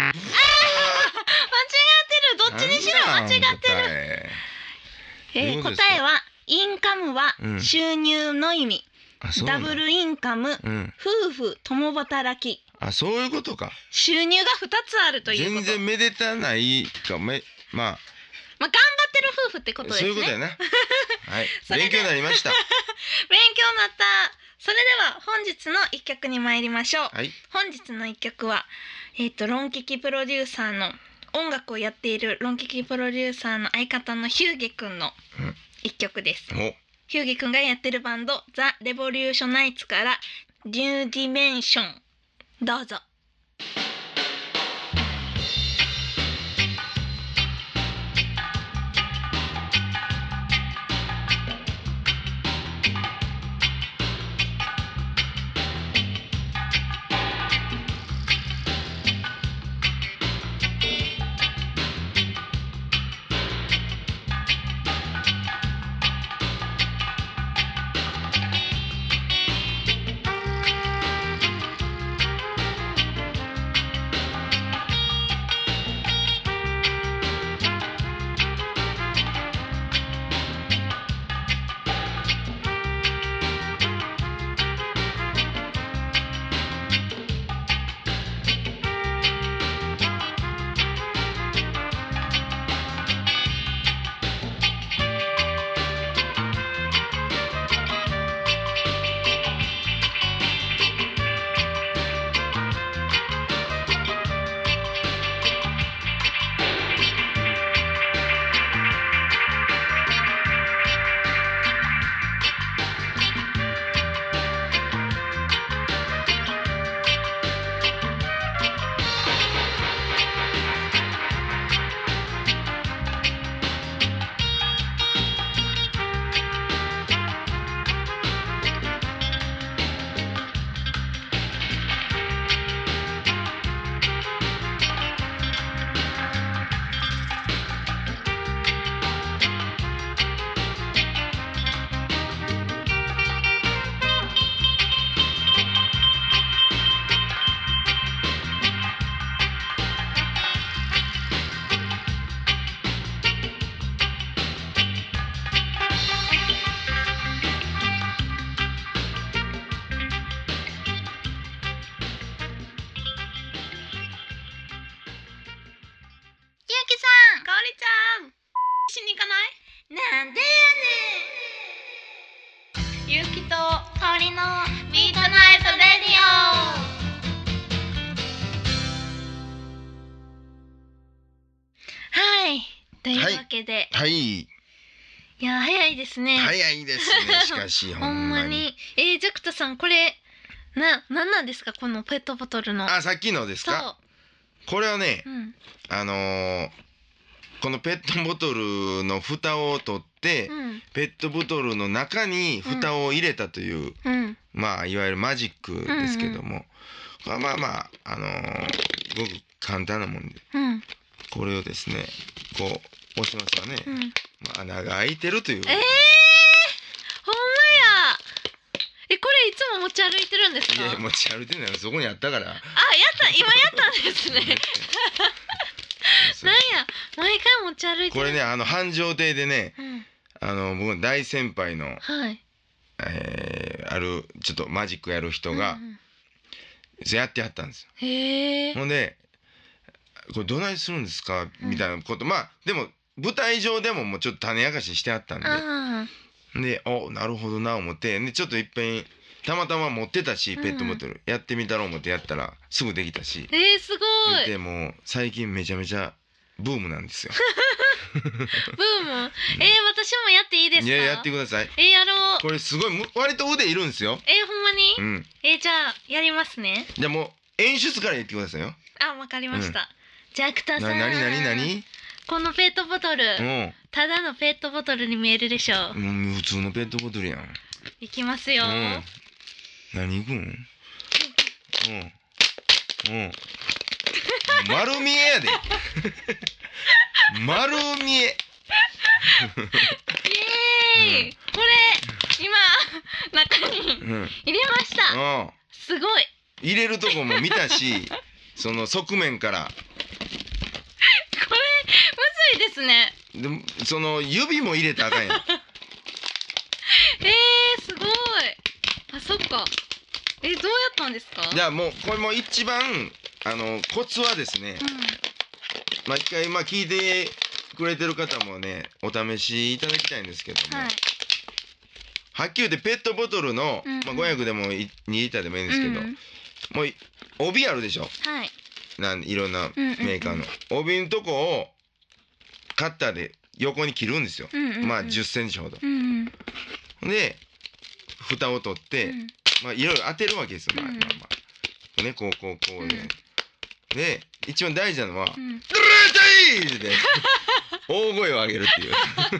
[SPEAKER 1] あー間違ってるどっちにしろ間違ってる
[SPEAKER 2] て
[SPEAKER 1] えー
[SPEAKER 2] どう
[SPEAKER 1] 答
[SPEAKER 2] ですか
[SPEAKER 1] えはインカムは
[SPEAKER 2] うん
[SPEAKER 1] 収入の意味、
[SPEAKER 2] あそうな
[SPEAKER 1] ダ
[SPEAKER 2] んだ
[SPEAKER 1] ブルインカム、
[SPEAKER 2] うん
[SPEAKER 1] 夫婦共働き
[SPEAKER 2] あそういうことか
[SPEAKER 1] 収入が二つあるというこ
[SPEAKER 2] 全
[SPEAKER 1] と
[SPEAKER 2] 然めでたないかめま
[SPEAKER 1] まあ、頑張ってる夫婦ってこ
[SPEAKER 2] あ
[SPEAKER 1] と
[SPEAKER 2] そ
[SPEAKER 1] で
[SPEAKER 2] う,、
[SPEAKER 1] すね
[SPEAKER 2] いうことや
[SPEAKER 1] [laughs]
[SPEAKER 2] なはい
[SPEAKER 1] それで
[SPEAKER 2] 勉強になりました
[SPEAKER 1] 勉強になったそれでは本日の一曲に参りましょう [laughs]
[SPEAKER 2] はい
[SPEAKER 1] 本日の一曲はえっ、とロンキキプロデューサーの音楽をやっているロンキキプロデューサーの相方のヒューゲくんの
[SPEAKER 2] うん
[SPEAKER 1] 一曲です、
[SPEAKER 2] お
[SPEAKER 1] ヒューゲくんがやってるバンドザ・レボリューショナイツからニューディメンションどうぞゆうきさんかおりちゃんしに行かないなんでやねんゆうきとかおりのミートナイトレディオはいというわけで、い、
[SPEAKER 2] はい
[SPEAKER 1] や早いですね、
[SPEAKER 2] 早いです
[SPEAKER 1] [laughs]
[SPEAKER 2] ねしかし
[SPEAKER 1] ほ
[SPEAKER 2] ほ
[SPEAKER 1] ん
[SPEAKER 2] ん
[SPEAKER 1] ま
[SPEAKER 2] ま
[SPEAKER 1] に
[SPEAKER 2] に
[SPEAKER 1] えー、ジャクタさんこれななんなんですかこのペットボトルの
[SPEAKER 2] あさっきのです
[SPEAKER 1] そう
[SPEAKER 2] かこれはね
[SPEAKER 1] うん
[SPEAKER 2] あのーこのペットボトルの蓋を取って、
[SPEAKER 1] うん
[SPEAKER 2] ペットボトルの中に蓋を入れたという、
[SPEAKER 1] うん
[SPEAKER 2] まあいわゆるマジックですけども、まあまあまああのーごく簡単なもんで
[SPEAKER 1] うん
[SPEAKER 2] これをですねこう押しますわね、
[SPEAKER 1] うん
[SPEAKER 2] まあ、穴が開いてるとい
[SPEAKER 1] え
[SPEAKER 2] う、
[SPEAKER 1] ー、ほんまやえこれいつも持ち歩いてるんですか
[SPEAKER 2] いや持ち歩いてないそこにあったから
[SPEAKER 1] あ
[SPEAKER 2] [laughs]
[SPEAKER 1] やった今やったんです
[SPEAKER 2] そ
[SPEAKER 1] ね
[SPEAKER 2] です
[SPEAKER 1] なんや毎回持ち歩いてる
[SPEAKER 2] これねあの繁盛亭でね
[SPEAKER 1] うん
[SPEAKER 2] あの僕の大先輩の、
[SPEAKER 1] はい
[SPEAKER 2] えーあるちょっとマジックやる人
[SPEAKER 1] う
[SPEAKER 2] が
[SPEAKER 1] んうん
[SPEAKER 2] やってはったんですよ。
[SPEAKER 1] へえ
[SPEAKER 2] ほんで「これどないするんですか?」
[SPEAKER 1] うん
[SPEAKER 2] みたいなことまあでも舞台上でももうちょっと種明かししてあったん
[SPEAKER 1] あ
[SPEAKER 2] でで「おなるほどな」思ってでちょっといっぺんたまたま持ってたしペットボトル、やってみたろう思ってやったらすぐできたし
[SPEAKER 1] ーえー、すごい
[SPEAKER 2] でもう最近めちゃめちゃブームなんですよ。
[SPEAKER 1] ブームえー、私もやっていいですか
[SPEAKER 2] いややってください。
[SPEAKER 1] えー、やろう
[SPEAKER 2] これすごいむ割と腕いるんですよ。
[SPEAKER 1] えー、ほんまに、
[SPEAKER 2] うん。
[SPEAKER 1] えー、じゃあやりますね
[SPEAKER 2] じゃあもう演出から言ってくださいよ。
[SPEAKER 1] あわかりました、じゃあクタ
[SPEAKER 2] な
[SPEAKER 1] さん
[SPEAKER 2] なになになに？
[SPEAKER 1] このペットボトル、ただのペットボトルに見えるでしょう、
[SPEAKER 2] うん。もう普通のペットボトルやん。
[SPEAKER 1] いきますよ、
[SPEAKER 2] うん。何いくん？うん。
[SPEAKER 1] [laughs]
[SPEAKER 2] うん。丸見えやで。 [laughs] 丸見え。
[SPEAKER 1] イエーイ、
[SPEAKER 2] うん
[SPEAKER 1] これ今中に
[SPEAKER 2] うん。うん。
[SPEAKER 1] 入れましたすごい
[SPEAKER 2] 入れるとこも見たし、
[SPEAKER 1] [laughs]
[SPEAKER 2] その側面から。
[SPEAKER 1] これむずいですね
[SPEAKER 2] でもその指も入れたらあかんやん。
[SPEAKER 1] えー、すごいあそっかえどうやったんですか
[SPEAKER 2] じゃあもうこれも一番あのコツはですね。
[SPEAKER 1] うん
[SPEAKER 2] まあ一回まあ聞いてくれてる方もねお試しいただきたいんですけども、
[SPEAKER 1] はい
[SPEAKER 2] はっきり言ってペットボトルの、
[SPEAKER 1] うんうん
[SPEAKER 2] まあ、500でもい2リッターでもいいんですけど、
[SPEAKER 1] うん
[SPEAKER 2] もうい帯あるでしょ
[SPEAKER 1] はい
[SPEAKER 2] なんいろんな
[SPEAKER 1] うんうんうん
[SPEAKER 2] メーカーの、帯のとこをカッターで横に切るんですよ、
[SPEAKER 1] うんうんうん
[SPEAKER 2] まあ1 0センチほど。
[SPEAKER 1] うんうん
[SPEAKER 2] で蓋を取って、
[SPEAKER 1] うん
[SPEAKER 2] まあいろいろ当てるわけですよ、まあ
[SPEAKER 1] うん
[SPEAKER 2] まあまあ。ねこうこうこうで、
[SPEAKER 1] うん
[SPEAKER 2] で一番大事なのは「
[SPEAKER 1] うん
[SPEAKER 2] ドルーテイ!」で大声を上げるっていう。あえ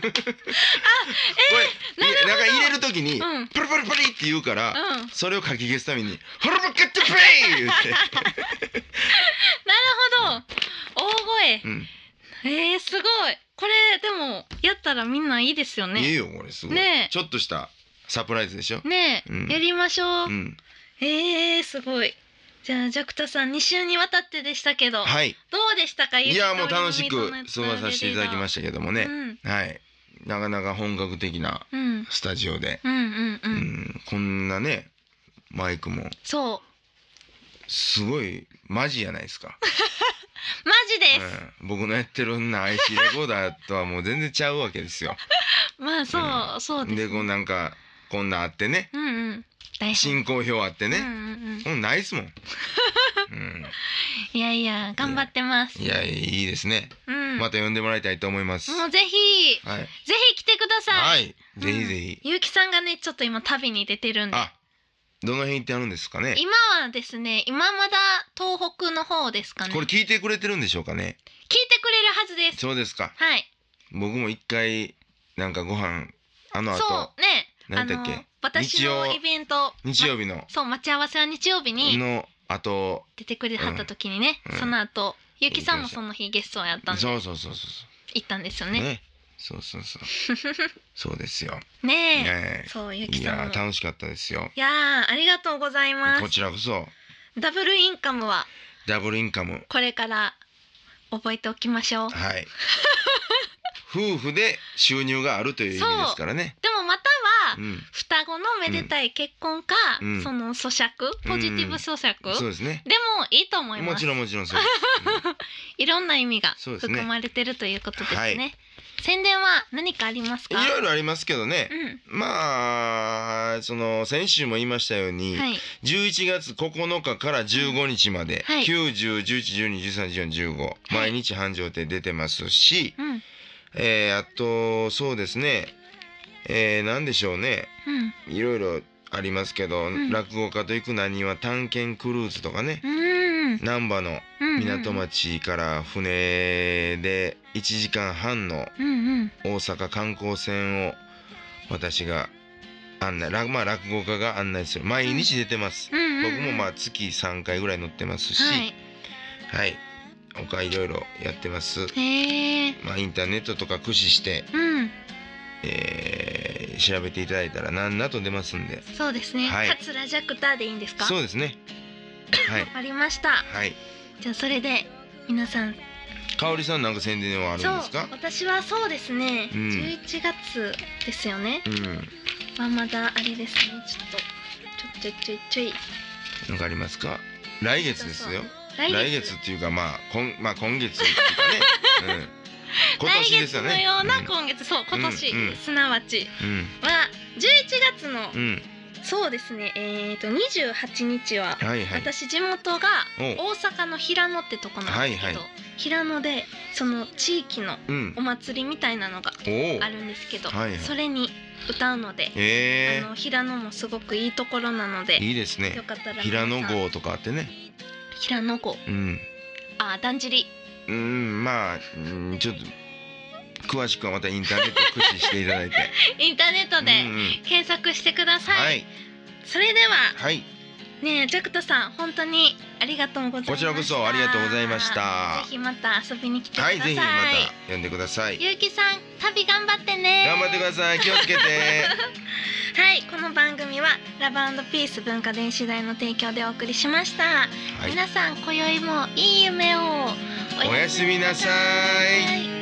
[SPEAKER 2] ー、なんか入れる時に、
[SPEAKER 1] うん
[SPEAKER 2] プルプルプリって言うから、
[SPEAKER 1] うん
[SPEAKER 2] それをかき消すために「ホルモンカットプレイ!」って、
[SPEAKER 1] なるほど大
[SPEAKER 2] うん、
[SPEAKER 1] 声えー、すごいこれでもやったらみんないいですよ
[SPEAKER 2] いい
[SPEAKER 1] ね
[SPEAKER 2] よこれすごい、
[SPEAKER 1] ね
[SPEAKER 2] ちょっとしたサプライズでしょ。
[SPEAKER 1] ねえ、
[SPEAKER 2] うん
[SPEAKER 1] やりましょう、
[SPEAKER 2] うん、
[SPEAKER 1] えー、すごいじゃあジャクタさん2週にわたってでしたけど、
[SPEAKER 2] はい
[SPEAKER 1] どうでしたか
[SPEAKER 2] いやもう楽しく過ごさせていただきま
[SPEAKER 1] し
[SPEAKER 2] したけども
[SPEAKER 1] た
[SPEAKER 2] ね、
[SPEAKER 1] うん
[SPEAKER 2] はいなかなか本格的な
[SPEAKER 1] うん
[SPEAKER 2] スタジオで、
[SPEAKER 1] うんうんう、
[SPEAKER 2] うんん、こんなねマイクも
[SPEAKER 1] そう
[SPEAKER 2] すごいマジやないですか、
[SPEAKER 1] マジです、
[SPEAKER 2] うん、僕のやってるんな IC レコーダーとはもう全然ちゃうわけですよ。
[SPEAKER 1] まあそう、そうです
[SPEAKER 2] でこうなんかこんなあってね
[SPEAKER 1] うんうん大丈
[SPEAKER 2] 進行表あっ
[SPEAKER 1] 夫
[SPEAKER 2] て
[SPEAKER 1] うん
[SPEAKER 2] ね、
[SPEAKER 1] うんうん
[SPEAKER 2] もうないっす
[SPEAKER 1] [laughs]
[SPEAKER 2] もん、うん、
[SPEAKER 1] いやいや頑張ってます
[SPEAKER 2] いやいいですね
[SPEAKER 1] うん
[SPEAKER 2] また呼んでもらいたいと思います、
[SPEAKER 1] もうぜひぜ
[SPEAKER 2] はい、
[SPEAKER 1] ひ来てください、
[SPEAKER 2] はい、ぜひぜひ、
[SPEAKER 1] ゆうきさんがねちょっと今旅に出てるんで
[SPEAKER 2] あどの辺行ってあるんですかね
[SPEAKER 1] 今はですね今まだ東北の方ですかね聞
[SPEAKER 2] こ
[SPEAKER 1] い
[SPEAKER 2] れ
[SPEAKER 1] て
[SPEAKER 2] 聞いてくれてるんでしょうかね
[SPEAKER 1] くれるはずです
[SPEAKER 2] そうですか
[SPEAKER 1] はい
[SPEAKER 2] 僕も一回なんかご飯あの後
[SPEAKER 1] そうね
[SPEAKER 2] 何だっけ
[SPEAKER 1] あの私の
[SPEAKER 2] 日曜
[SPEAKER 1] イベント
[SPEAKER 2] 日曜
[SPEAKER 1] ま
[SPEAKER 2] 日の
[SPEAKER 1] そう待ち合わせは日曜日に
[SPEAKER 2] の後
[SPEAKER 1] 出てくれはった時にね、
[SPEAKER 2] うん
[SPEAKER 1] その後ゆうきさんも
[SPEAKER 2] 行きました
[SPEAKER 1] その日ゲストをやったんで
[SPEAKER 2] そうそうそうそうそ
[SPEAKER 1] 行ったんですよ
[SPEAKER 2] う
[SPEAKER 1] ねね
[SPEAKER 2] そうそ
[SPEAKER 1] [laughs]
[SPEAKER 2] うそうそうですよ、
[SPEAKER 1] え、
[SPEAKER 2] ね
[SPEAKER 1] そうゆう
[SPEAKER 2] え
[SPEAKER 1] き
[SPEAKER 2] い
[SPEAKER 1] さんも
[SPEAKER 2] やー楽しかったですよ
[SPEAKER 1] いやーありがとうございま
[SPEAKER 2] こ
[SPEAKER 1] す
[SPEAKER 2] ちらこそ
[SPEAKER 1] ダブルインカムは
[SPEAKER 2] ダブルインカム
[SPEAKER 1] これから覚えておきましょう
[SPEAKER 2] はい
[SPEAKER 1] [laughs]
[SPEAKER 2] 夫婦で収入があるという意味ですからね
[SPEAKER 1] でもまたは
[SPEAKER 2] う、ん
[SPEAKER 1] 双子のめでたい結婚か、
[SPEAKER 2] うん
[SPEAKER 1] その咀嚼ポジティブ咀嚼、
[SPEAKER 2] そう
[SPEAKER 1] で
[SPEAKER 2] ですね
[SPEAKER 1] もいいと思い
[SPEAKER 2] も
[SPEAKER 1] ます
[SPEAKER 2] ちろんもちろんそうです、
[SPEAKER 1] いろんな意味が
[SPEAKER 2] そうですね
[SPEAKER 1] 含まれてるということですね
[SPEAKER 2] はい
[SPEAKER 1] 宣伝は何かあります [laughs]
[SPEAKER 2] う
[SPEAKER 1] か
[SPEAKER 2] んいろいろありますけどね、
[SPEAKER 1] う
[SPEAKER 2] まあその先週も言いましたように、
[SPEAKER 1] んはい
[SPEAKER 2] 11月9日から15日まで、
[SPEAKER 1] うんはい
[SPEAKER 2] 901112131415、毎日繁盛亭出てますし、
[SPEAKER 1] うんうん
[SPEAKER 2] えーあとそうですね、えー、何でしょうね
[SPEAKER 1] うん
[SPEAKER 2] いろいろありますけど、
[SPEAKER 1] ん
[SPEAKER 2] 落語家と行くなには探検クルーズとかね、
[SPEAKER 1] うん
[SPEAKER 2] 難波の
[SPEAKER 1] うん
[SPEAKER 2] 港町から船で1時間半の
[SPEAKER 1] うんうん
[SPEAKER 2] 大阪観光船を私が案内らまあ落語家が案内する毎日出てます、
[SPEAKER 1] うんうん
[SPEAKER 2] 僕もま
[SPEAKER 1] は
[SPEAKER 2] あ月3回ぐらい乗ってますしはい、
[SPEAKER 1] い
[SPEAKER 2] 他いろいろやってます
[SPEAKER 1] へえ
[SPEAKER 2] まあインターネットとか駆使して、
[SPEAKER 1] うん
[SPEAKER 2] えー調べていただいたら何だと出ますんで
[SPEAKER 1] そうですね、
[SPEAKER 2] はい
[SPEAKER 1] 桂ジャクターでいいんですか
[SPEAKER 2] そ
[SPEAKER 1] [coughs]
[SPEAKER 2] うですねはい
[SPEAKER 1] わかりました
[SPEAKER 2] はい
[SPEAKER 1] じゃあそれで皆さん
[SPEAKER 2] 香織さんなんか宣伝はあるんで
[SPEAKER 1] そ
[SPEAKER 2] す
[SPEAKER 1] う
[SPEAKER 2] か
[SPEAKER 1] 私はそうですね、
[SPEAKER 2] うん
[SPEAKER 1] 11月ですよね
[SPEAKER 2] うん
[SPEAKER 1] まあまだあれですねちょっとちょちょいちょいちょい
[SPEAKER 2] なんかありますか来月ですよ
[SPEAKER 1] 来
[SPEAKER 2] 来
[SPEAKER 1] 月
[SPEAKER 2] 月っていうかまあ今まあ今月ってい
[SPEAKER 1] [laughs]
[SPEAKER 2] うかね、うん、今年ですよね
[SPEAKER 1] 来月のような今月、そう今年、
[SPEAKER 2] うんうん
[SPEAKER 1] すなわち
[SPEAKER 2] うん
[SPEAKER 1] は11月の、
[SPEAKER 2] うん、うん
[SPEAKER 1] そうですねえっ、ー、と28日は、
[SPEAKER 2] はいはい
[SPEAKER 1] 私地元が大
[SPEAKER 2] お
[SPEAKER 1] 阪の平野ってとこなんですけど、
[SPEAKER 2] はいはい
[SPEAKER 1] 平野でその地域の
[SPEAKER 2] うん
[SPEAKER 1] お祭りみたいなのが
[SPEAKER 2] おお
[SPEAKER 1] あるんですけど、
[SPEAKER 2] はいはい
[SPEAKER 1] それに歌うので、
[SPEAKER 2] え
[SPEAKER 1] あの平野もすごくいいところなので
[SPEAKER 2] ー、いいですね
[SPEAKER 1] よかったら皆さ
[SPEAKER 2] 平
[SPEAKER 1] ん
[SPEAKER 2] 野号とかあってね
[SPEAKER 1] 平野号
[SPEAKER 2] うん
[SPEAKER 1] あだんじり
[SPEAKER 2] うんまあうんちょっと詳しくはまたインターネット駆使していただいて
[SPEAKER 1] インターネット
[SPEAKER 2] うん
[SPEAKER 1] で
[SPEAKER 2] うん
[SPEAKER 1] 検索してください、
[SPEAKER 2] はい
[SPEAKER 1] それでは
[SPEAKER 2] はい
[SPEAKER 1] ねえジャクタさん本当にありがとうございました
[SPEAKER 2] こちらこそありがとうございました
[SPEAKER 1] ぜひまた遊びに来てくださ、
[SPEAKER 2] はいいぜひまた呼んでください
[SPEAKER 1] ゆうきさん旅頑張ってね
[SPEAKER 2] 頑張ってください気をつけて
[SPEAKER 1] はいこの番組はラブピース文化電子台の提供でお送りしました、
[SPEAKER 2] はい
[SPEAKER 1] 皆さん今宵もいい夢を
[SPEAKER 2] おやすみなさい
[SPEAKER 1] はい